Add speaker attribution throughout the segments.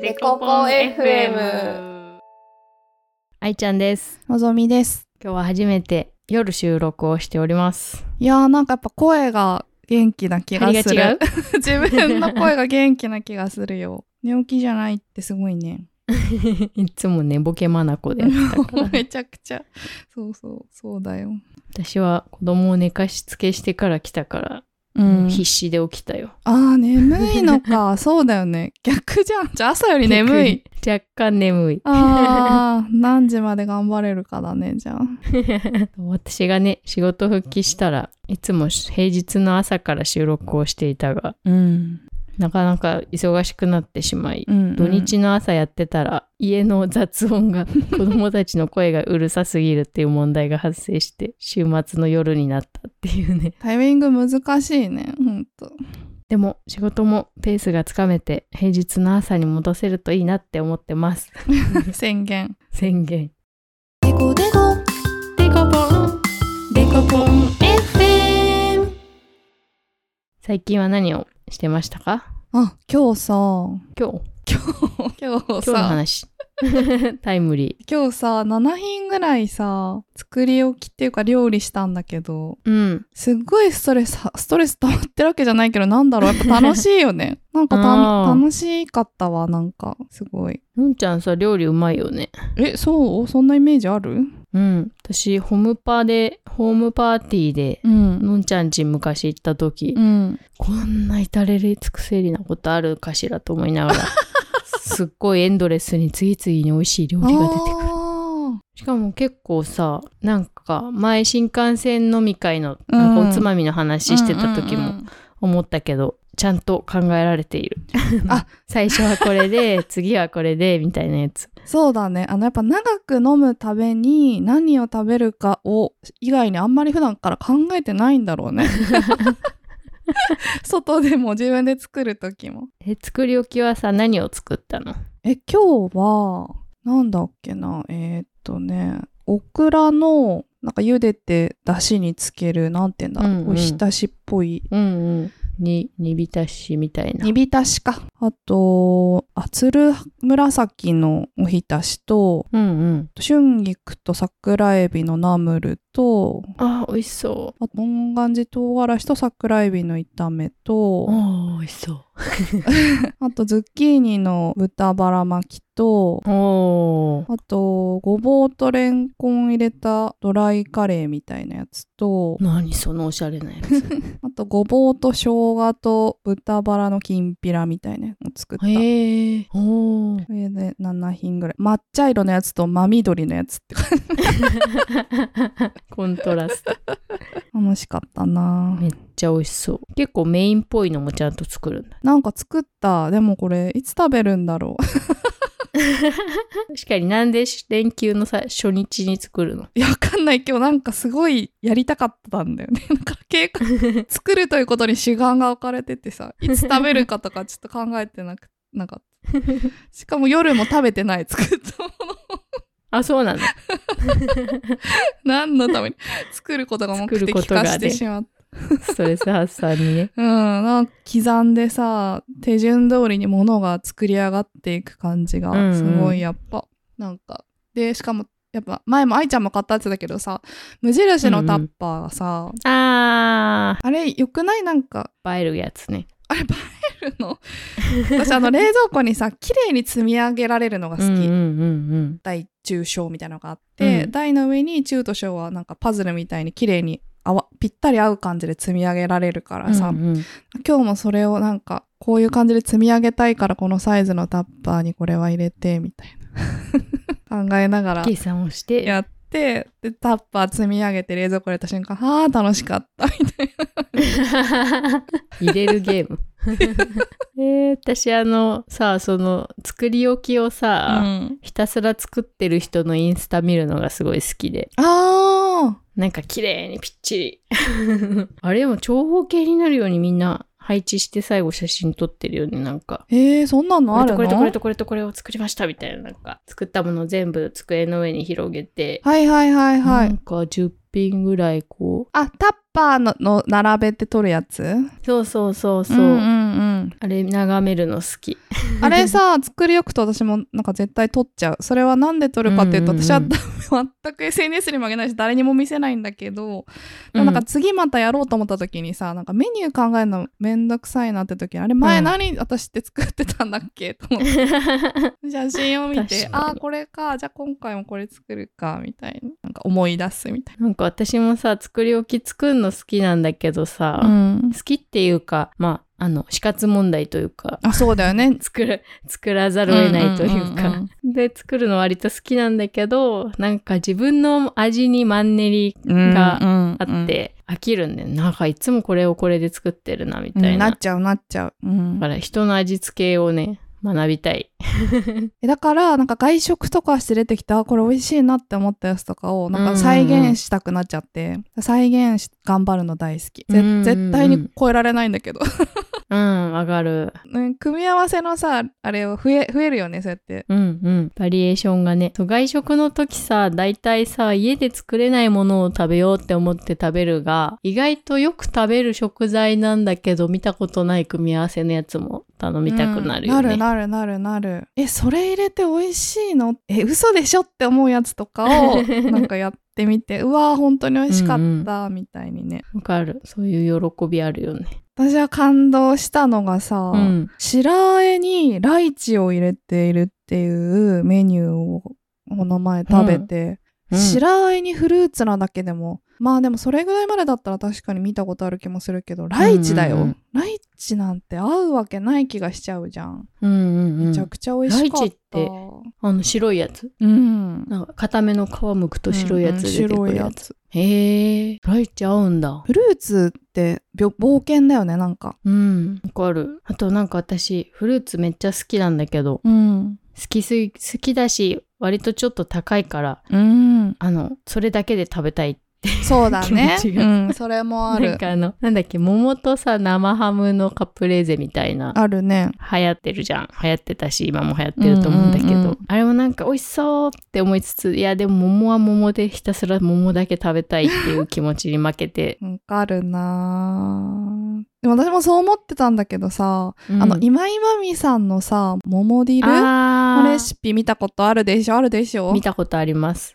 Speaker 1: デコポン FM
Speaker 2: 愛ちゃんです
Speaker 3: のぞみです。
Speaker 2: 今日は初めて夜収録をしております
Speaker 3: いやーなんかやっぱ声が元気な気がする。 自分の声が元気な気がするよ。寝起きじゃないってすごいね。
Speaker 2: 張りが違う いつもねボケまなこでやってたから
Speaker 3: めちゃくちゃ。そうそう、そうだよ。
Speaker 2: 私は子供を寝かしつけしてから来たから、
Speaker 3: うん
Speaker 2: 必死で起きたよ
Speaker 3: あー、眠いの か。そうだよね。逆じゃん。じゃあ朝より眠い。
Speaker 2: 逆に若干眠い
Speaker 3: あー、何時まで頑張れるかだね、じゃあ。
Speaker 2: 私がね仕事復帰したらいつも平日の朝から収録をしていたが
Speaker 3: うん。
Speaker 2: なかなか忙しくなってしまい
Speaker 3: うん、
Speaker 2: 土日の朝やってたら家の雑音が子供たちの声がうるさすぎるっていう問題が発生して週末の夜になったっていうね
Speaker 3: タイミング難しいね、ほん と。
Speaker 2: でも仕事もペースがつかめて平日の朝に戻せるといいなって思ってます
Speaker 3: 宣言。
Speaker 2: 宣言
Speaker 3: デコデコ。
Speaker 2: デコポンデコポン FM 最近は何をしてましたか
Speaker 3: あ、今日さ、
Speaker 2: 今日
Speaker 3: 今日
Speaker 2: 今日の
Speaker 3: さ、
Speaker 2: 話 タイムリ
Speaker 3: 今日さ7品ぐらいさ作り置きっていうか料理したんだけど
Speaker 2: ーうん
Speaker 3: すっごいストレスストレス溜まってるわけじゃないけどなんだろうやっぱ楽しい よねなんかた
Speaker 2: あー
Speaker 3: 楽しかったわなんかすごい
Speaker 2: のんちゃんさ料理うまいよね
Speaker 3: えそうそんなイメージある
Speaker 2: うん私ホームパーでホームパーティーで
Speaker 3: うん
Speaker 2: のんちゃんち昔行った時、
Speaker 3: うん
Speaker 2: こんな至れり尽くせりなことあるかしらと思い ながらすっごいエンドレスに次々に美味しい料理が出てくる
Speaker 3: あ
Speaker 2: しかも結構さなんか前新幹線飲み会のなんかおつまみの話
Speaker 3: ー
Speaker 2: してた時
Speaker 3: うんうんう
Speaker 2: も
Speaker 3: ん
Speaker 2: 思ったけど、ちゃんと考えられている
Speaker 3: あ
Speaker 2: 最初はこれ で次はこれでみたいなやつ
Speaker 3: そうだねあのやっぱ長く飲むために何を食べるかを以外にあんまり普段から考えてないんだろ うね外でも自分で作る時も
Speaker 2: え作り置きはさ何を作ったの
Speaker 3: え今日はなんだっけなえーっとねオクラのなんか茹でてだしにつけるなんて言うんだろう、
Speaker 2: うんうん
Speaker 3: おひたしっぽい
Speaker 2: うんうんに煮浸しみたいな
Speaker 3: 煮浸しかあとあつる紫のおひたしと
Speaker 2: うんうん
Speaker 3: 春菊と桜エビのナムルと
Speaker 2: あー美味しそ
Speaker 3: あとモンガンジ唐辛子と桜エビの炒め
Speaker 2: う
Speaker 3: と
Speaker 2: おー美味しそ
Speaker 3: あとズッキーニの豚バラ巻きと
Speaker 2: うおー
Speaker 3: あと、ごぼうとレンコン入れたドライカレーみたいなやつと、
Speaker 2: 何そのおしゃれなやつ
Speaker 3: あと、ごぼうと生姜と豚バラのきんぴらみたいなのを作っ た。
Speaker 2: へえおー
Speaker 3: これで7品ぐらい。抹茶色のやつと真緑のやつって感じ
Speaker 2: コントラスト
Speaker 3: 楽しかったな
Speaker 2: めっちゃ美味しそう結構メインっぽいのもちゃんと作るんだ
Speaker 3: なんか作った。でもこれ、いつ食べるんだろう。
Speaker 2: 確かになんで連休のさ初日に作るの
Speaker 3: いや、わかんない。今日なんかすごいやりたかったんだよね。 なんか計 画、作るということに主眼が置かれててさ、いつ食べるかとかちょっと考えてなく、なかった。しかも夜も食べてない作ったもの
Speaker 2: あそうなの
Speaker 3: 何のために 作ることが目
Speaker 2: 作る
Speaker 3: 的
Speaker 2: ことが
Speaker 3: 化
Speaker 2: ね
Speaker 3: してしまった、
Speaker 2: ストレス発散にね
Speaker 3: うんなんか刻んでさ手順通りに物が作り上がっていく感じ
Speaker 2: うんうん
Speaker 3: がすごいやっぱ、なんかでしかもやっぱ前も愛ちゃんも買ったやつだけどさ無印のタッパーがさ、
Speaker 2: あ
Speaker 3: あれよくないなんか
Speaker 2: ー映えるやつね
Speaker 3: あれ映えるの私あの冷蔵庫にさ綺麗に積み上げられるのが好き、
Speaker 2: うんうんうん
Speaker 3: 大中小みたいなのがあって、
Speaker 2: うん
Speaker 3: 大の上に中と小はなんかパズルみたいに綺麗に合わぴったり合う感じで積み上げられるか
Speaker 2: うん
Speaker 3: らさ、
Speaker 2: うんうん
Speaker 3: 今日もそれをなんかこういう感じで積み上げたいからこのサイズのタッパーにこれは入れてみたい な考えながら
Speaker 2: 計算をして
Speaker 3: やってでタッパー積み上げて冷蔵庫入れた瞬間あー楽しかったみたい な
Speaker 2: 入れるゲーム えー、私あのさその作り置きをさ、
Speaker 3: うん
Speaker 2: ひたすら作ってる人のインスタ見るのがすごい好きで
Speaker 3: あ
Speaker 2: なんか綺麗にぴっちり あれでも長方形になるようにみんな配置して最後写真撮ってるよねなんか
Speaker 3: ーえー、そんなのあ
Speaker 2: これ
Speaker 3: る
Speaker 2: と
Speaker 3: の
Speaker 2: これとこれとこれとこれを作りましたみたいななんか作ったものを全部机の上に広げて、
Speaker 3: はいはいはいはい、
Speaker 2: なんか10品ぐらいこ
Speaker 3: あタッパーのの並べて取るやつ
Speaker 2: うそうそうそうそう、
Speaker 3: うんうんうんうん。
Speaker 2: あれ眺めるの好き。
Speaker 3: あれさ、作り置くと私もなんか絶対撮っちゃう。それはなんで撮るかっていうと、
Speaker 2: うんうんうん
Speaker 3: 私は多分全く SNS にも上げないし、誰にも見せないんだけど、でもなんか次またやろうと思った時にさ、なんかメニュー考えるのめんどくさいなって時に、あれ前
Speaker 2: うん
Speaker 3: 何私って作ってたんだっけと思って。 写真を見て、
Speaker 2: 確かに
Speaker 3: ああ、これか、じゃあ今回もこれ作るか、みたいな。なんか思い出すみたい
Speaker 2: なんか私もさ作り置き作んの好きなんだけどさ、
Speaker 3: な。ん。
Speaker 2: 好きっていうかまああの死活問題というか
Speaker 3: あ、そうだよね。
Speaker 2: 作る作らざるを得ないというか、
Speaker 3: うんうんうん
Speaker 2: で作るの割と好きなんだけどなんか自分の味にマンネリがあ
Speaker 3: うん
Speaker 2: っ、て飽きるんだよ、なんかいつもこれをこれで作ってるなみ
Speaker 3: うん
Speaker 2: たいな、
Speaker 3: なっちゃうなっちゃう。うん
Speaker 2: だから人の味付けをね学びたい
Speaker 3: えだから、なんか外食とかして出てきた、あこれ美味しいなって思ったやつとかを、なん
Speaker 2: うんうん
Speaker 3: か再現したくなっちゃって、再現し、頑張るの大好き。ぜ
Speaker 2: うんうんうん
Speaker 3: 絶対に超えられないんだけど。
Speaker 2: うんわかる
Speaker 3: うん組み合わせのさ、あれを増え、増えるよね、そうやって。
Speaker 2: うんうん。バリエーションがね。そう外食の時さ、大体さ、家で作れないものを食べようって思って食べるが、意外とよく食べる食材なんだけど、見たことない組み合わせのやつも頼みたくなるよね。
Speaker 3: うんなるなるなるなる。え、それ入れて美味しいのえ、嘘でしょって思うやつとか を、なんかやってみて、うわー、本当に美味しかった、みたいにね。
Speaker 2: わかる。そういう喜びあるよね。
Speaker 3: 私は感動したのがさ、
Speaker 2: うん。
Speaker 3: 白あえにライチを入れているっていうメニューをこの前食べて、白あえにフルーツなだけでもまあでもそれぐらいまでだったら確かに見たことある気もするけどライチだよ、
Speaker 2: うんうんうん
Speaker 3: ライチなんて合うわけない気がしちゃうじゃん
Speaker 2: うんうんう
Speaker 3: めちゃ
Speaker 2: ん。
Speaker 3: くちゃ美味しかった、
Speaker 2: ライチってあの、白いやつ
Speaker 3: うん
Speaker 2: なんか、固めの皮むくと白いやつ出てくる
Speaker 3: うんうん白い
Speaker 2: や
Speaker 3: や
Speaker 2: つ。
Speaker 3: つ
Speaker 2: へえ。ライチ合うんだ。
Speaker 3: フルーツってびょ冒険だよねなんか
Speaker 2: うん。わかる。あとなんか私、フルーツめっちゃ好きなんだけど、
Speaker 3: うん
Speaker 2: 好きすぎ好きだし割とちょっと高いから
Speaker 3: うん
Speaker 2: あのそれだけで食べたい
Speaker 3: そうだね
Speaker 2: 気持ちが
Speaker 3: うんそれもあ
Speaker 2: なん
Speaker 3: る
Speaker 2: かあのなんだっけ桃とさ生ハムのカプレーゼみたいな
Speaker 3: あるね
Speaker 2: 流行ってるじゃん流行ってたし今も流行ってると思うんだけど、
Speaker 3: うんうんうん
Speaker 2: あれもなんか美味しそうって思いつついやでも桃は桃でひたすら桃だけ食べたいっていう気持ちに負けて
Speaker 3: わかるなぁでも私もそう思ってたんだけどさ、あの、今井まみさんのさ、桃ディル
Speaker 2: あ
Speaker 3: の
Speaker 2: ー
Speaker 3: レシピ見たことあるでしょあるでしょ
Speaker 2: 見たことあります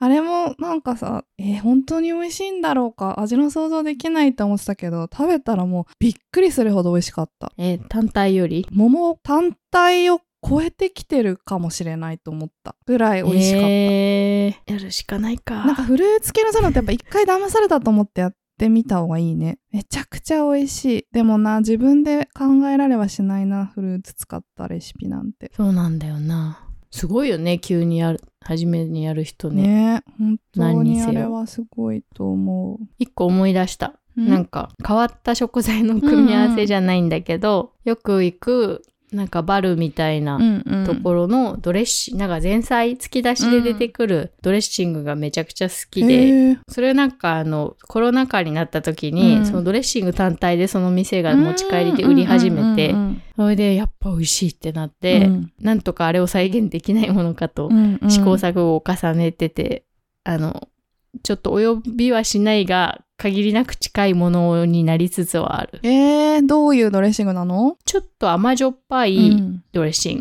Speaker 3: あれもなんかさ、えー本当に美味しいんだろうか味の想像できないと思ってたけど、食べたらもうびっくりするほど美味しかった。
Speaker 2: えー単体より
Speaker 3: 桃単体を超えてきてるかもしれないと思ったぐらい美味しかった。
Speaker 2: えーやるしかないか
Speaker 3: なんかフルーツ系のそういうのってやっぱ一回騙されたと思ってやってみた方がいいね。めちゃくちゃ美味しい。でもな、自分で考えられはしないな、フルーツ使ったレシピなんて。
Speaker 2: そうなんだよな。すごいよね、急にやる、初めにやる人ね。
Speaker 3: ねえ、本当
Speaker 2: 何に
Speaker 3: に
Speaker 2: せよ
Speaker 3: あれはすごいと思
Speaker 2: 一個思い出した。
Speaker 3: う。
Speaker 2: なんか、変わった食材の組み合わせじゃないんだけど、よく行く、なんかバルみたいな
Speaker 3: うんうん
Speaker 2: ところのドレッシング、なんか前菜、付き出しで出てくるドレッシングがめちゃくちゃ好きで、
Speaker 3: へえ
Speaker 2: それなんかあの、コロナ禍になった時に、
Speaker 3: うん
Speaker 2: そのドレッシング単体でその店が持ち帰りで売り始めて、
Speaker 3: うんうんうんうん
Speaker 2: それでやっぱ美味しいってなって、
Speaker 3: うん
Speaker 2: なんとかあれを再現できないものかと
Speaker 3: うんうん
Speaker 2: 試行錯誤を重ねてて、あのちょっと及びはしないが限りなく近いものになりつつはある
Speaker 3: えー、どういうドレッシングなの
Speaker 2: ちょっと甘じょっぱ
Speaker 3: い
Speaker 2: いドレッシン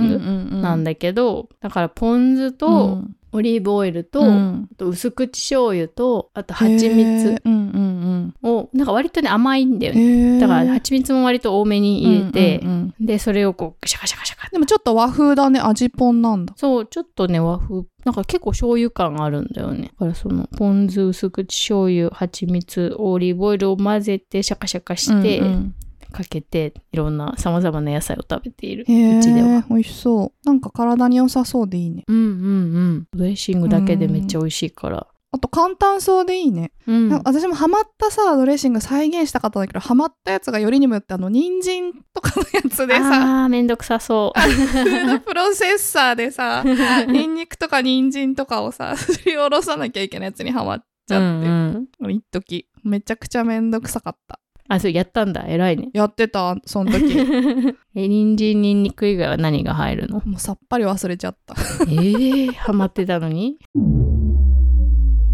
Speaker 2: グなん
Speaker 3: だ
Speaker 2: だけど、だからポン酢とオリーブオイルと、あと薄口醤油とあと蜂蜜
Speaker 3: うんうん
Speaker 2: をなんか割とね甘いんだよ
Speaker 3: うん
Speaker 2: ね、
Speaker 3: へえ
Speaker 2: だから蜂蜜も割と多めに入れて、
Speaker 3: うんうんうん
Speaker 2: でそれをこうシャカシャカシャカって
Speaker 3: でもちょっと和風だね味ポンなんだ
Speaker 2: そう、ちょっとね、和風。なんか結構醤油感あるんだよね。だからその、ポン酢、薄口醤油、蜂蜜、オリーブオイルを混ぜて、シャカシャカして、
Speaker 3: うん
Speaker 2: かけて、いろんな様々な野菜を食べている。
Speaker 3: うんへ
Speaker 2: うちでは。
Speaker 3: ー美味しそうなんか体に良さそうでいいね
Speaker 2: うんうんうん。ドレッシングだけでめっちゃ美味しいから。
Speaker 3: あと簡単そうでいいね、
Speaker 2: うん。
Speaker 3: なんか私もハマったさドレッシング再現したかったんだけどハマったやつがよりにもよってあの人参とかのやつでさ
Speaker 2: あー、めんどくさそう。
Speaker 3: フードプロセッサー でさニンニクとか人参とかをさすりおろさなきゃいけないやつにハマっち
Speaker 2: う
Speaker 3: ゃ
Speaker 2: ん
Speaker 3: っ
Speaker 2: う
Speaker 3: て、
Speaker 2: ん。
Speaker 3: 一時めちゃくちゃめんどくさかった
Speaker 2: あ、そう、やったんだ。偉いね。
Speaker 3: やってたその時
Speaker 2: え、人参、ニンニク以外は何が入るの
Speaker 3: もうさっぱり忘れちゃった
Speaker 2: えー、ハマってたのに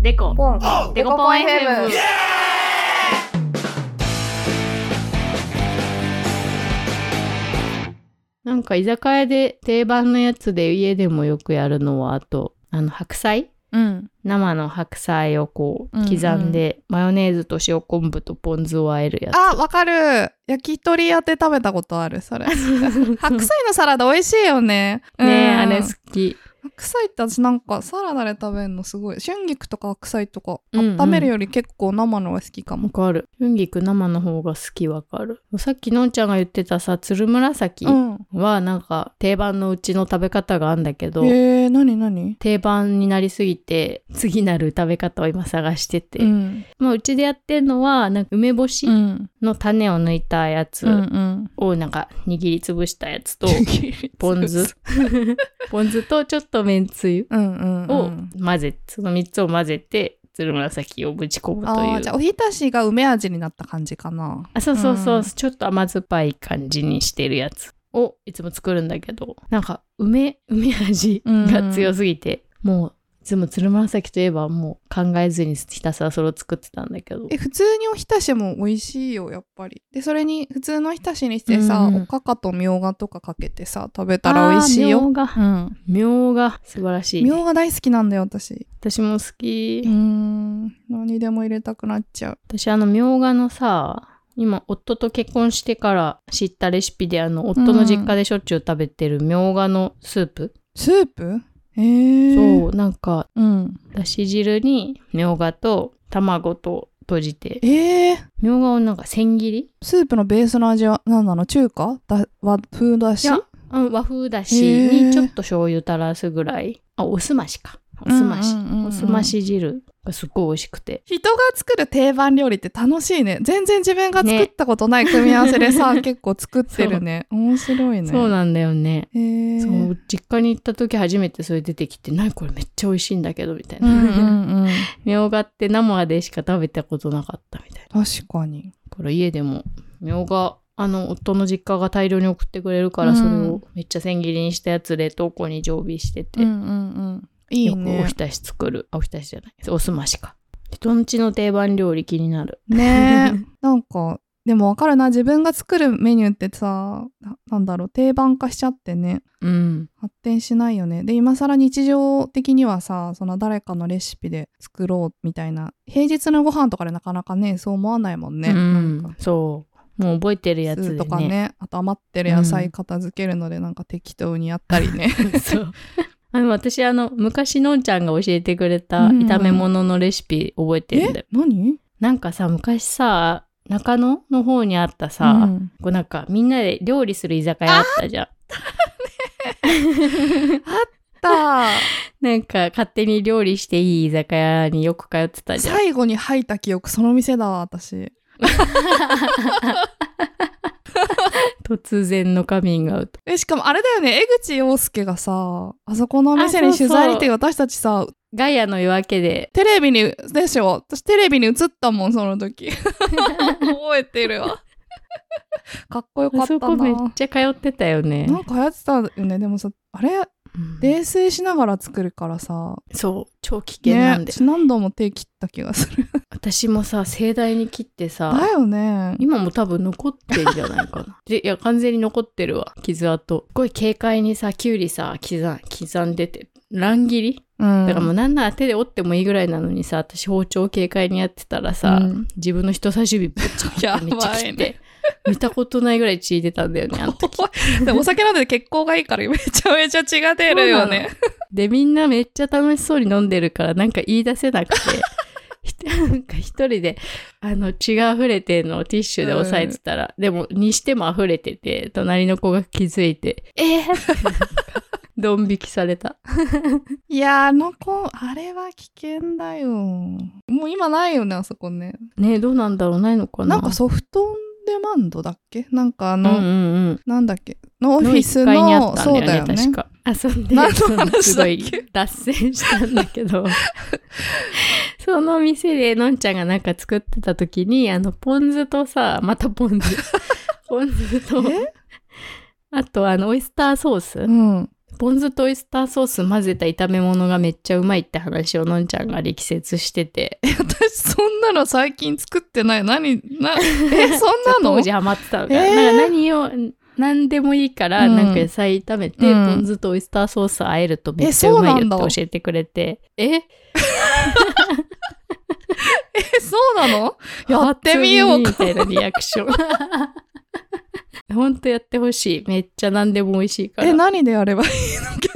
Speaker 2: デコ
Speaker 1: ポン、デコポン FM。
Speaker 2: なんか居酒屋で定番のやつで家でもよくやるのはあとあの白菜
Speaker 3: うん。
Speaker 2: 生の白菜をこう
Speaker 3: うんうん
Speaker 2: 刻んで、マヨネーズと塩昆布とポン酢をあえるやつ。
Speaker 3: あ、わかる。焼き鳥屋で食べたことある、それ。白菜のサラダ美味しいよね。
Speaker 2: ねえ、
Speaker 3: うん
Speaker 2: あれ好き。
Speaker 3: 白菜って私なんかサラダで食べるのすごい。春菊とか白菜とか
Speaker 2: うんうん
Speaker 3: 温めるより結構生のが好きか
Speaker 2: わ
Speaker 3: も。
Speaker 2: かる。春菊生の方が好きわかる。さっきのんちゃんが言ってたさ、つるむらさき
Speaker 3: うん。
Speaker 2: はなんか定番のうちの食べ方があんだけど、
Speaker 3: えー、なになに
Speaker 2: 定番になりすぎて次なる食べ方を今探してて、
Speaker 3: うん。
Speaker 2: まあうちでやってんのはなんか梅干し
Speaker 3: うん。
Speaker 2: の種を抜いたや
Speaker 3: うんう
Speaker 2: つ
Speaker 3: ん。
Speaker 2: をなんか握りつぶしたやつ とポン酢
Speaker 3: う
Speaker 2: ポン酢とちょっとめんつゆ
Speaker 3: んうん、う
Speaker 2: を
Speaker 3: ん。
Speaker 2: 混ぜ、その3つを混ぜてつるむらさきをぶち込むと
Speaker 3: あ
Speaker 2: い
Speaker 3: あ、
Speaker 2: う
Speaker 3: じゃあおひたしが梅味になった感じかな。
Speaker 2: あそうそうそう、
Speaker 3: うん
Speaker 2: ちょっと甘酸っぱい感じにしてるやつをいつも作るんだけどなんか梅梅味が強すぎて、もういつも鶴紫といえばもう考えずにひたすらそれを作ってたんだけど
Speaker 3: え、普通におひたしも美味しいよ、やっぱり。で、それに、普通のおひたしにしてさ、
Speaker 2: うんうん
Speaker 3: おかかとみょうがとかかけてさ、食べたら美味しい
Speaker 2: あーみょ
Speaker 3: よ。
Speaker 2: うが
Speaker 3: うん。
Speaker 2: みょうが素晴らしい
Speaker 3: み
Speaker 2: ね
Speaker 3: ょうが大好きなんだよ、私。
Speaker 2: 私も好き、
Speaker 3: うーん。何でも入れたくなっちゃう。
Speaker 2: 私あのみょうがのさ今夫と結婚してから知ったレシピであの夫の実家でしょっちゅう食べてるみょうがのスープ、
Speaker 3: スープえー。
Speaker 2: そうなんか
Speaker 3: う。うん。
Speaker 2: だし汁にみょうがと卵と閉じて
Speaker 3: えー。
Speaker 2: みょうがをなんか千切り
Speaker 3: スープのベースの味は何なの中華だ和風だし
Speaker 2: いやうん和風だし
Speaker 3: へー
Speaker 2: にちょっと醤油垂らすぐらいあおすましかおすまし、
Speaker 3: うんうんうんうん
Speaker 2: おすまし汁がすっごい美味しくて
Speaker 3: 人が作る定番料理って楽しいね全然自分が作ったことない組み合わせでさ、結構作ってるね面白いね
Speaker 2: そうなんだよね、
Speaker 3: へー
Speaker 2: そう実家に行った時初めてそれ出てきて「何これめっちゃ美味しいんだけど」みたいな、
Speaker 3: うんうんうん
Speaker 2: みょうがって生でしか食べたことなかったみたいな
Speaker 3: 確かに
Speaker 2: だから家でもみょうがあの夫の実家が大量に送ってくれるからそれ
Speaker 3: う
Speaker 2: をめっちゃ千切りにしたやつ冷凍庫に常備してて、
Speaker 3: うんうんうんいい
Speaker 2: よくお
Speaker 3: ね
Speaker 2: ひたし作るあおひたしじゃないおすましか人んちの定番料理気になる
Speaker 3: ねえなんかでもわかるな自分が作るメニューってさななんだろう定番化しちゃってね
Speaker 2: うん
Speaker 3: 発展しないよねで今更日常的にはさその誰かのレシピで作ろうみたいな平日のご飯とかでなかなかねそう思わないもんね、
Speaker 2: うん
Speaker 3: なんか
Speaker 2: そうもう覚えてるや
Speaker 3: ス
Speaker 2: つ
Speaker 3: ー
Speaker 2: で
Speaker 3: とか
Speaker 2: ね
Speaker 3: ねあと余ってる野菜片付けるのでなんか適当にやったりね、
Speaker 2: そうあの私あの昔のんちゃんが教えてくれた
Speaker 3: うん
Speaker 2: 炒め物のレシピ覚えてるんだよ、
Speaker 3: 何
Speaker 2: なんかさ昔さ中野の方にあったさ、
Speaker 3: うん
Speaker 2: こうなんかみんなで料理する居酒屋あったじゃん
Speaker 3: だ
Speaker 2: なんか勝手に料理していい居酒屋によく通ってたじゃん
Speaker 3: 最後に吐いた記憶その店だわ私
Speaker 2: 突然のカミングアウト
Speaker 3: えしかもあれだよね江口洋介がさあそこのお店に
Speaker 2: あそうそう
Speaker 3: 取材に行って私たちさ
Speaker 2: ガイアの夜明けで
Speaker 3: テレビにでしょ私テレビに映ったもんそ の時覚えてるわかっこよ
Speaker 2: あ
Speaker 3: かった
Speaker 2: そ
Speaker 3: な
Speaker 2: こめっちゃ通ってたよね。
Speaker 3: なんか流行ってたよねでもさあれ
Speaker 2: うん
Speaker 3: 泥酔しながら作るからさ
Speaker 2: そう超危険なん
Speaker 3: ね
Speaker 2: で、
Speaker 3: 私何度も手切った気がする
Speaker 2: 私もさ盛大に切ってさ
Speaker 3: だよね
Speaker 2: 今も多分残ってんじゃないか な。でいや完全に残ってるわ傷跡。すごい軽快にさきゅうりさ刻ん刻んでて乱切り
Speaker 3: うん
Speaker 2: だからもうなんなら手で折ってもいいぐらいなのにさ私包丁を軽快にやってたらさ、
Speaker 3: うん
Speaker 2: 自分の人差し指ぶっちゃって
Speaker 3: やば
Speaker 2: め
Speaker 3: いね
Speaker 2: っちゃ切って、見たことないぐらい血出たんだよねあの時。
Speaker 3: でもお酒なんで血行がいいからめちゃめちゃ血が出るよね。
Speaker 2: で、みんなめっちゃ楽しそうに飲んでるから、なんか言い出せなくて、 ひとなんか一人で、あの、血が溢れてんのをティッシュで押さえてたら、でも、にしても溢れてて、隣の子が気づいて、えー、ってなんかドン引きされた。
Speaker 3: いやー、あの子、あれは危険だよ。もう今ないよね、あそこね。
Speaker 2: ねどうなんだろうないのかな
Speaker 3: なんかソフトオンデマンドだっけなんかあ
Speaker 2: うんう
Speaker 3: の、
Speaker 2: んうん。
Speaker 3: なんだっけ、のオフ
Speaker 2: の
Speaker 3: ィス
Speaker 2: 一階にあ
Speaker 3: の、
Speaker 2: ったん
Speaker 3: そう
Speaker 2: だ
Speaker 3: だ
Speaker 2: よ
Speaker 3: よ
Speaker 2: ね、
Speaker 3: ね。
Speaker 2: 確か。あ、そんで、
Speaker 3: 何の話だっけ
Speaker 2: すごい脱線したんだけど、 その店でのんちゃんがなんか作ってた時に、あの、ポン酢とさ、またポン 酢。ポン酢と、
Speaker 3: え
Speaker 2: あとあの、オイスターソース、
Speaker 3: うん。
Speaker 2: ポン酢とオイスターソース混ぜた炒め物がめっちゃうまいって話をのんちゃんが力説してて、
Speaker 3: 私、そんな の最近作ってない。何、な、え、そんなの
Speaker 2: 当時ハマってたのかな。
Speaker 3: えー
Speaker 2: なんか何を、何でもいいから、
Speaker 3: うん
Speaker 2: なんか野菜炒めて、
Speaker 3: うん
Speaker 2: ポン酢とオイスターソース和えるとめっちゃ
Speaker 3: え
Speaker 2: うまい
Speaker 3: そうなん
Speaker 2: よ
Speaker 3: だ
Speaker 2: って教えてくれて。え
Speaker 3: え、そうなのやってみよう
Speaker 2: 初
Speaker 3: か。
Speaker 2: 耳みたいなリアクシ ョン。ほんとやってほしい。めっちゃ何でも美味しいから。
Speaker 3: え、何でやればいいの逆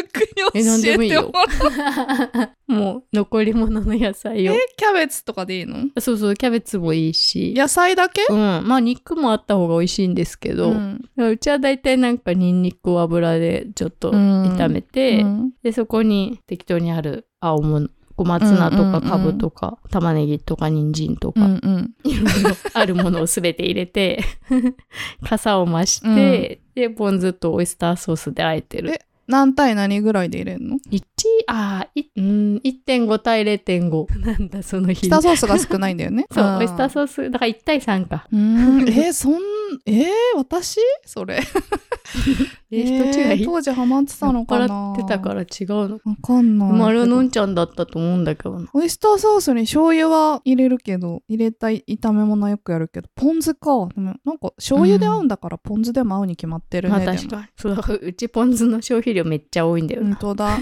Speaker 2: え何
Speaker 3: に教
Speaker 2: で
Speaker 3: え
Speaker 2: もいい
Speaker 3: て
Speaker 2: よ
Speaker 3: もらう。
Speaker 2: もう残り物の野菜を
Speaker 3: え。、キャベツとかでいいの
Speaker 2: そうそう、キャベツもいいし。
Speaker 3: 野菜だけ
Speaker 2: うん。まあ肉もあった方が美味しいんですけど、
Speaker 3: ん。
Speaker 2: うちは大体なんかニンニクを油でちょっと
Speaker 3: うん
Speaker 2: 炒めて、
Speaker 3: うん
Speaker 2: で、そこに適当にある青物、小松菜と
Speaker 3: うんうんう
Speaker 2: か
Speaker 3: ん
Speaker 2: かぶとか、玉ねぎとか人参と
Speaker 3: う
Speaker 2: か、
Speaker 3: んうん。
Speaker 2: いろいろあるものをすべて入れ て、傘を増して、で、ポン酢とオイスターソースで和えてる
Speaker 3: え。何対何ぐらいで入れんの
Speaker 2: 1、あーいうん、1.5対0.5。なんだ、その日。
Speaker 3: ピタソースが少ないんだよね
Speaker 2: そう、オイスター
Speaker 3: ース。
Speaker 2: ソース、だから1対3か。
Speaker 3: うーん。 え、そん、えー私それ。
Speaker 2: えー、人違い。
Speaker 3: ー当時ハマってたのか
Speaker 2: 酔
Speaker 3: な
Speaker 2: っ払ってたから違うの。
Speaker 3: わかんない。
Speaker 2: まあ、あれはのんちゃんだったと思うんだけどな。
Speaker 3: オイスターソースに醤油は入れるけど入れたい炒め物はよくやるけどポン酢かでもなんか醤油で合うんだからポン酢でも合うに決まってるね、
Speaker 2: まあ
Speaker 3: でも
Speaker 2: 確かに。そう、だからうちポン酢の消費量めっちゃ多いんだよ
Speaker 3: 本
Speaker 2: な。
Speaker 3: 当だ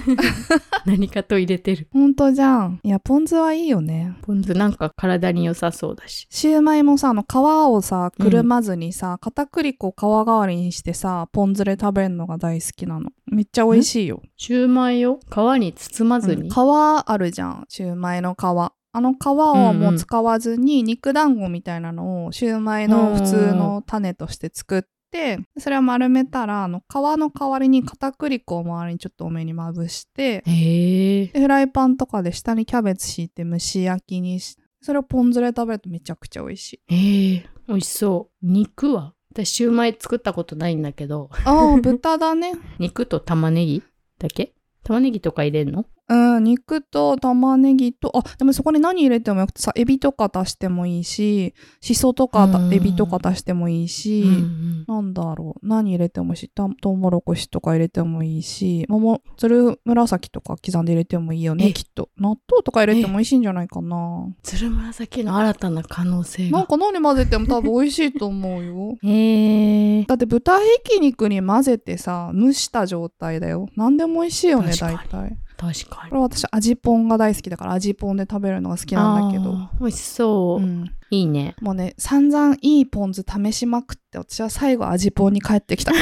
Speaker 2: 何かと入れてる。
Speaker 3: 本当じゃんいやポン酢はいいよね
Speaker 2: ポン酢なんか体に良さそうだし。
Speaker 3: シューマイもさあの皮をさくるまずにさ、片栗粉を皮代わりにしてさポン酢で食べるのが大好きなのめっちゃ美味しいよ
Speaker 2: シューマイを皮に包まず
Speaker 3: うん
Speaker 2: に。
Speaker 3: 皮あるじゃんシューマイの皮あの皮をもう使わずに肉団子みたいなのをシューマイの普通の種として作ってそれを丸めたらあの皮の代わりに片栗粉を周りにちょっと多めにまぶして
Speaker 2: へえ。
Speaker 3: でフライパンとかで下にキャベツ敷いて蒸し焼きにしてそれをポン酢で食べるとめちゃくちゃ美味しい
Speaker 2: へえ。美味しそう。肉は私、シューマイ作ったことないんだけど、
Speaker 3: ああ豚だね
Speaker 2: 肉と玉ねぎだけ玉ねぎとか入れんの
Speaker 3: うん、肉と玉ねぎと、あ、でもそこに何入れてもよくてさ、エビとか足してもいいし、しそとかた
Speaker 2: うん
Speaker 3: エビとか足してもいいし、
Speaker 2: うんうん
Speaker 3: なんだろう、何入れてもいいし、とうもろこしとか入れてもいいし、桃、つる紫とか刻んで入れてもいいよ
Speaker 2: え
Speaker 3: ね、きっと。納豆とか入れても美味しいんじゃないかな。
Speaker 2: つるむらさきの新たな可能性
Speaker 3: なん
Speaker 2: が。。
Speaker 3: か何混ぜても多分美味しいと思うよ
Speaker 2: へえ。
Speaker 3: だって豚ひき肉に混ぜてさ、蒸した状態だよ。何でも美味しいよね、
Speaker 2: 確か
Speaker 3: 大
Speaker 2: に
Speaker 3: 体。
Speaker 2: 確かに
Speaker 3: こ。れ私味ポンが大好きだから味ポンで食べるのが好きなんだけど、
Speaker 2: あー美味しそう、
Speaker 3: うん、
Speaker 2: いいね
Speaker 3: もうね散々いいポン酢試しまくって私は最後味ポンに帰ってき た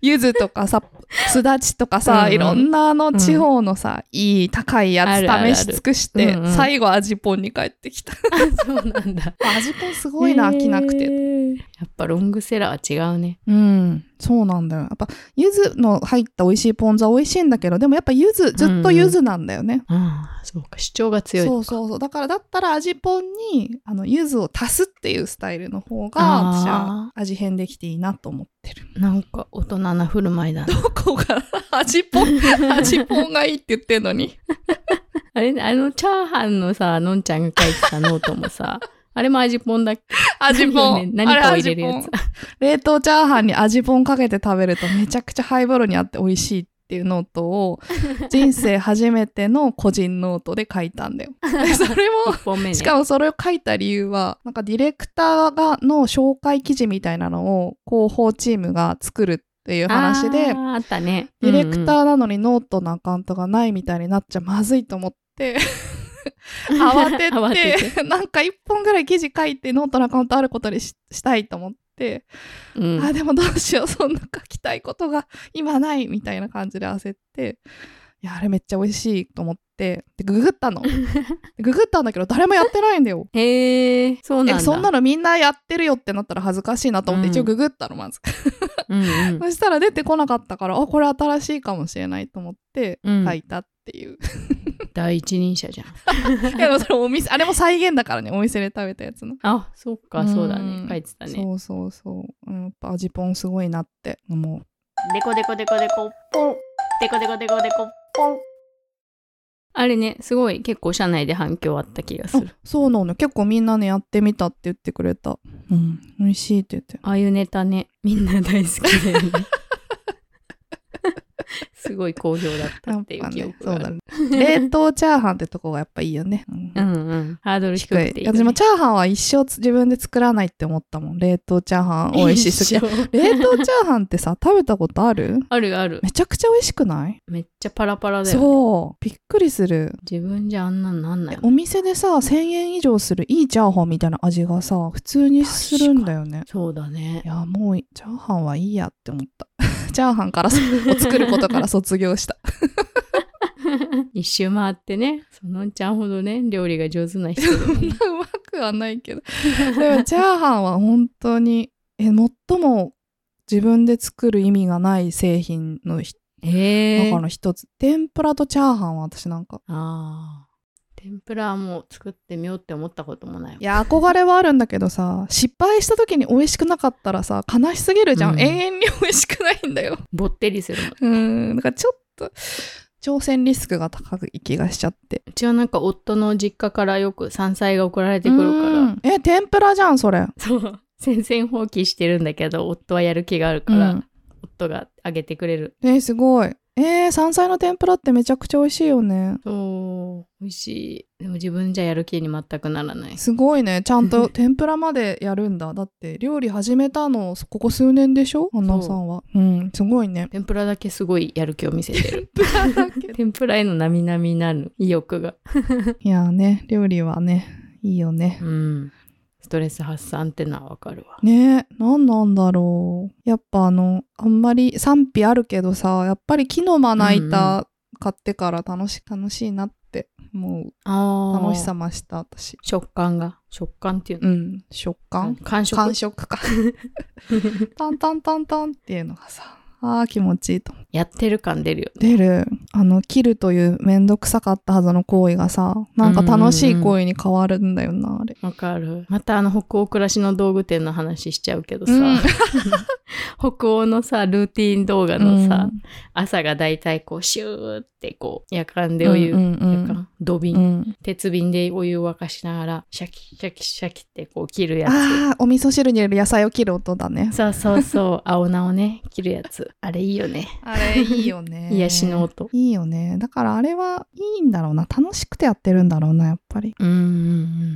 Speaker 3: 柚子とかさすだちとかさ、
Speaker 2: うんうん
Speaker 3: いろんなあの地方のさ、いい高いや
Speaker 2: あ
Speaker 3: つ
Speaker 2: るあるある
Speaker 3: 試し尽くして
Speaker 2: うんうん
Speaker 3: 最後味ポンに帰って きた
Speaker 2: そうなんだす
Speaker 3: 味ポンすごいな飽きなくて、
Speaker 2: やっぱロングセラーは違うね
Speaker 3: うんそうなんだよやっぱ柚子の入った美味しいポン酢は美味しいんだけどでもやっぱ柚子ずっと柚子なんだよね、
Speaker 2: ああそうか主張が強い
Speaker 3: そうそうそうだからだったら味ポンにあの柚子を足すっていうスタイルの方が
Speaker 2: あー
Speaker 3: 私は味変できていいなと思ってる
Speaker 2: なんか大人な振る舞いだな
Speaker 3: ど こが味ポ ン味ポンがいいって言ってんのに
Speaker 2: あれねあのチャーハンのさのんちゃんが書いてたノートも さあれも味ぽんだっけ
Speaker 3: 味ポン、
Speaker 2: 何かを入れる
Speaker 3: あ
Speaker 2: や
Speaker 3: 味
Speaker 2: つ
Speaker 3: ポン冷凍チャーハンに味ポンかけて食べるとめちゃくちゃハイボロにあって美味しいっていうノートを人生初めての個人ノートで書いたん だよでそれも
Speaker 2: 1本目ね
Speaker 3: しかもそれを書いた理由はなんかディレクターがの紹介記事みたいなのを広報チームが作るっていう話で
Speaker 2: あーあったね
Speaker 3: ディレク
Speaker 2: ー
Speaker 3: ターなのにノートのアカウントがないみたいになっちゃまずいと思って慌て て
Speaker 2: 慌て
Speaker 3: なんか1本ぐらい記事書いてノートのアカウントあることにししたいと思って、
Speaker 2: うん
Speaker 3: あでもどうしようそんな書きたいことが今ないみたいな感じで焦っていやあれめっちゃ美味しいと思ってでググっ たのググったんだけど誰もやってないんだよ
Speaker 2: へえそうなんだ
Speaker 3: えそんなのみんなやってるよってなったら恥ずかしいなと思って、
Speaker 2: うん
Speaker 3: 一応ググったのまず
Speaker 2: うんうん
Speaker 3: そしたら出てこなかったからあこれ新しいかもしれないと思って
Speaker 2: うん
Speaker 3: 書いたっていう、
Speaker 2: 第一人者じゃん
Speaker 3: いやでもそれお 店あれも再現だからねお店で食べたやつの、
Speaker 2: あそうかそうだね
Speaker 3: うん
Speaker 2: 書いてたね
Speaker 3: そうそうそう、うん、やっぱ味ポンすごいなって思う
Speaker 1: デコデコデコデコポンデコデコデコデコポン
Speaker 2: あれね、すごい結構社内で反響あった気がす
Speaker 3: あ
Speaker 2: る。
Speaker 3: そうなの結構みんなねやってみたって言ってくれたうん美味しいって言って
Speaker 2: ああいうネタね、みんな大好き だよね。すごい好評だった
Speaker 3: や
Speaker 2: っ
Speaker 3: って
Speaker 2: い
Speaker 3: ぱ
Speaker 2: う記
Speaker 3: ね
Speaker 2: 憶
Speaker 3: そ
Speaker 2: があ
Speaker 3: う
Speaker 2: る
Speaker 3: だね冷凍チャーハンってとこがやっぱいいよね。うん
Speaker 2: うんうん。ハードル低くていい、ね。
Speaker 3: 私もチャーハンは一生つ自分で作らないって思ったもん。冷凍チャーハン美味しすぎ。いや
Speaker 2: 一緒
Speaker 3: 冷凍チャーハンってさ、食べたことある
Speaker 2: あるある。
Speaker 3: めちゃくちゃ美味しくない
Speaker 2: めっちゃパラパラだよ、ね。
Speaker 3: そう。びっくりする。
Speaker 2: 自分じゃあんなんなんない
Speaker 3: お店でさ、1000円以上するいいチャーハンみたいな味がさ、普通にするんだよね。
Speaker 2: そうだね
Speaker 3: い。や、もう、チャーハンはいいやって思った。 チャーハンからそを作ることから卒 業した。
Speaker 2: 一周回ってね、そのんちゃんほどね、料理が上手な人でも
Speaker 3: そんなうまくはないけど。でも、チャーハンは本当に、え、最も自分で作る意味がない製品のひ
Speaker 2: ええ
Speaker 3: 中の一つ。天ぷらとチャーハンは私なんか、
Speaker 2: ああ。天ぷらも作ってみようって思ったこともない。
Speaker 3: いや、憧れはあるんだけどさ、失敗した時に美味しくなかったらさ、悲しすぎるじゃん。
Speaker 2: うん
Speaker 3: 永遠に美味しくないんだよ。
Speaker 2: ぼってりするもん。
Speaker 3: うん、だからちょっと、挑戦リスクが高い気がしちゃって。
Speaker 2: うちはなんか夫の実家からよく山菜が送られてくる
Speaker 3: う
Speaker 2: から、
Speaker 3: んえ、天ぷらじゃん、それ。
Speaker 2: そう、戦線放棄してるんだけど、夫はやる気があるから、
Speaker 3: うん
Speaker 2: 夫があげてくれる。
Speaker 3: え、すごい。えー、山菜の天ぷらってめちゃくちゃ美味しいよね。
Speaker 2: そう、美味しい。でも自分じゃやる気に全くならない。
Speaker 3: すごいね。ちゃんと天ぷらまでやるんだ。だって、料理始めたの、ここ数年でしょアンナさんは。うん、すごいね。
Speaker 2: 天ぷらだけすごいやる気を見せて る。
Speaker 3: 天ぷらだけ
Speaker 2: 天ぷらへの並々なる意欲が。
Speaker 3: いやーね、料理はね、いいよね。
Speaker 2: うん。ストレス発散ってのはわかるわ。
Speaker 3: ねえ、何なんだろう。やっぱあの、あんまり賛否あるけどさ、やっぱり木のまな
Speaker 2: うん
Speaker 3: 板買ってから楽し、楽しいなって、もう
Speaker 2: あ
Speaker 3: 楽しさ増した私。
Speaker 2: 食感が。食感っていう
Speaker 3: う
Speaker 2: の。
Speaker 3: ん、食感
Speaker 2: 感触
Speaker 3: 感触か。 タンタンタンタンっていうのがさ、ああ、気持ちいいと思う。
Speaker 2: やってる感出るよね。
Speaker 3: 出る、あの、切るというめんどくさかったはずの行為がさ、なんか楽しい行為に変わるんだよな、あれ。
Speaker 2: わかる。またあの北欧暮らしの道具店の話しちゃうけどさ、
Speaker 3: うん
Speaker 2: 北欧のさ、ルーティン動画のさ、
Speaker 3: うん
Speaker 2: 朝がだいたいこうシューってこう、夜間でお湯、
Speaker 3: うんうんうん
Speaker 2: 夜間、土
Speaker 3: う
Speaker 2: 瓶、
Speaker 3: ん。
Speaker 2: 鉄瓶でお湯を沸かしながら、シャキシャキシャキってこう切るやつ。
Speaker 3: ああ、お味噌汁に入れる野菜を切る音だね。
Speaker 2: そうそう そう、青菜をね、切るやつ。あれいいよね。
Speaker 3: あれいいよね
Speaker 2: 癒しの音。
Speaker 3: いいよね。だからあれはいいんだろうな。楽しくてやってるんだろうな、やっぱり。
Speaker 2: うんうんう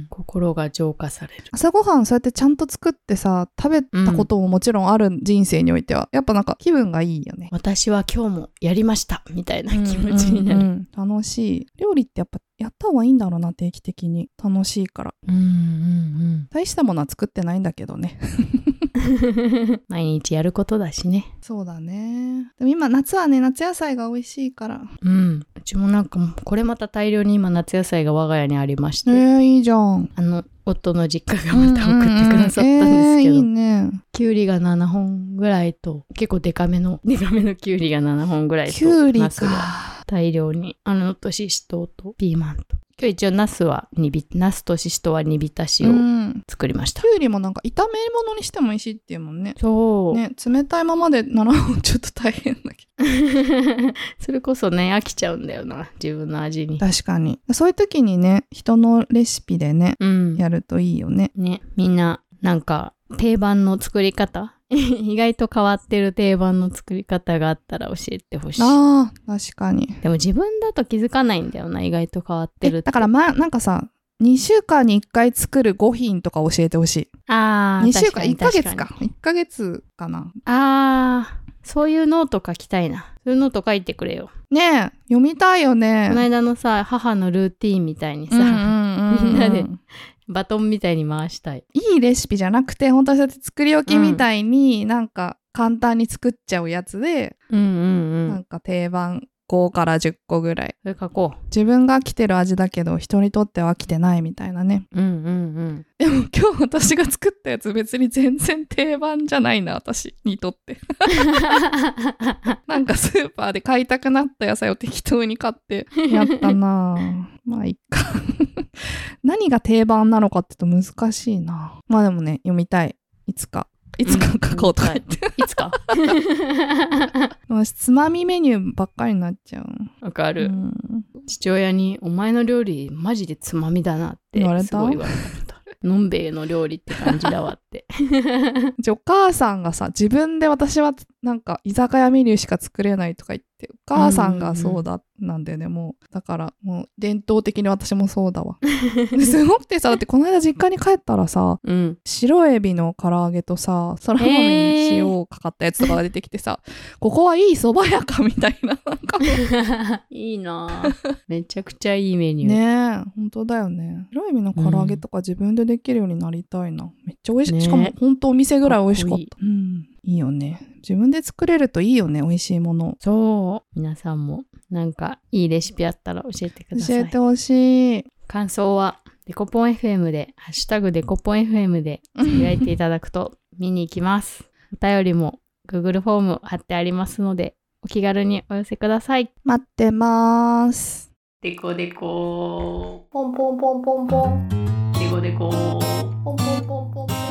Speaker 2: ん。心が浄化される。
Speaker 3: 朝ごはんそうやってちゃんと作ってさ、食べたことももちろんある人生においては、やっぱなんか気分がいいよね。
Speaker 2: 私は今日もやりましたみたいな気持ちになる。
Speaker 3: うんうんうん楽しい。料理ってやっぱやった方がいいんだろうな、定期的に。楽しいから。
Speaker 2: うんうんうん。
Speaker 3: 大したものは作ってないんだけどね。
Speaker 2: 毎日やることだしね。
Speaker 3: そうだね。でも今夏はね、夏野菜が美味しいから。
Speaker 2: うん。うちもなんかもう、これまた大量に今夏野菜が我が家にありまし
Speaker 3: え
Speaker 2: て、
Speaker 3: ー、いいじゃん。
Speaker 2: あの、夫の実家がまた送ってくださったん
Speaker 3: うう
Speaker 2: です
Speaker 3: うえ
Speaker 2: け
Speaker 3: ーい
Speaker 2: ど、
Speaker 3: いね。
Speaker 2: きゅうりが7本ぐらいと、結構デカめの、デカめのきゅうりが7本ぐらいと、
Speaker 3: きゅうり
Speaker 2: ナスが
Speaker 3: か。
Speaker 2: 大量に、あの、とししとうと、ピーマンと。今日一応ナスは煮び、ナスとししとうは煮浸しを
Speaker 3: うん
Speaker 2: 作りました。
Speaker 3: きゅうりもなんか炒め物にしても美味しいっていうもんね。
Speaker 2: そう。
Speaker 3: ね、冷たいままで7本ちょっと大変だけ
Speaker 2: それこそね、飽きちゃうんだよな、自分の味に
Speaker 3: ど。。確かに。そういう時にね、人のレシピでね、
Speaker 2: うん。
Speaker 3: やるといいよね。
Speaker 2: ね、みんな、なんか、定番の作り方 意外と変わってる定番の作り方があったら教えてほしい。
Speaker 3: ああ、確かに。
Speaker 2: でも自分だと気づかないんだよな、意外と変わってるっ
Speaker 3: え
Speaker 2: て
Speaker 3: だから、ま、なんかさ、2週間に1回作る5品とか教えてほしい。
Speaker 2: あー
Speaker 3: 2週間、1
Speaker 2: 確
Speaker 3: ヶ
Speaker 2: に
Speaker 3: 月
Speaker 2: 確に
Speaker 3: か。1ヶ月かな。
Speaker 2: あーそういうノート書きたいな。そういうノート書いてくれよ。
Speaker 3: ねえ、読みたいよね。
Speaker 2: この間のさ、母のルーティーンみたいにさ、
Speaker 3: うんうんうんうん
Speaker 2: みんなでバトンみたいに回したい。
Speaker 3: いいレシピじゃなくて、本当にそうやって作り置きみたいに、なんか簡単に作っちゃうやつで、
Speaker 2: うんうんう。
Speaker 3: なんんか定番5から10個ぐらい。
Speaker 2: それ書こ
Speaker 3: 自分が飽きてる味だけど、人にとっては飽きてないみたいなね。
Speaker 2: う。うんうんうん。
Speaker 3: でも今日私が作ったやつ別に全然定番じゃないな、私にと って。なんかスーパーで買いたくなった野菜を適当に買ってやったな ぁまあいっか。 何が定番なのかって言うと難しいなまあでもね、読みたい。いつか。いつか書こうとか言って。
Speaker 2: いつか
Speaker 3: 私つまみメニューばっかりになっちゃう。
Speaker 2: わかる。
Speaker 3: うん
Speaker 2: 父親に「お前の料理マジでつまみだな」って
Speaker 3: 言われた
Speaker 2: すごい言われた。のんべえの料理って感じだわって。
Speaker 3: うちお母さんがさ自分で私はなんか居酒屋メニューしか作れないとか言ってお母さんがそうだなんだよねもうだからもう伝統的に私もそうだわですごくてさだってこの間実家に帰ったらさ
Speaker 2: うん。
Speaker 3: 白エビの唐揚げとさそら豆に塩かかったやつとかが出てきてさ、ここはいい蕎麦屋かみたいななんか
Speaker 2: いいなぁめちゃくちゃいいメニュー。
Speaker 3: ねえ本当だよね白エビの唐揚げとか自分でできるようになりたいな、めっちゃ美味しい、
Speaker 2: ねえ
Speaker 3: しかも本当お店ぐらい美味しかった
Speaker 2: かっ
Speaker 3: うんいいよね自分で作れるといいよね美味しいもの
Speaker 2: そう。皆さんも、なんか、いいレシピあったら教えてくださ
Speaker 3: 教え
Speaker 2: い
Speaker 3: て。ほしい
Speaker 2: 感想は、デコポン FM で、ハッシュタグデコポン FM で開いていただくと見に行きます。お便りも Google フォーム貼ってありますので、お気軽にお寄せください。
Speaker 3: 待ってます
Speaker 1: デコデコポンポンポンポンポンデコデコポンポンポンポンポン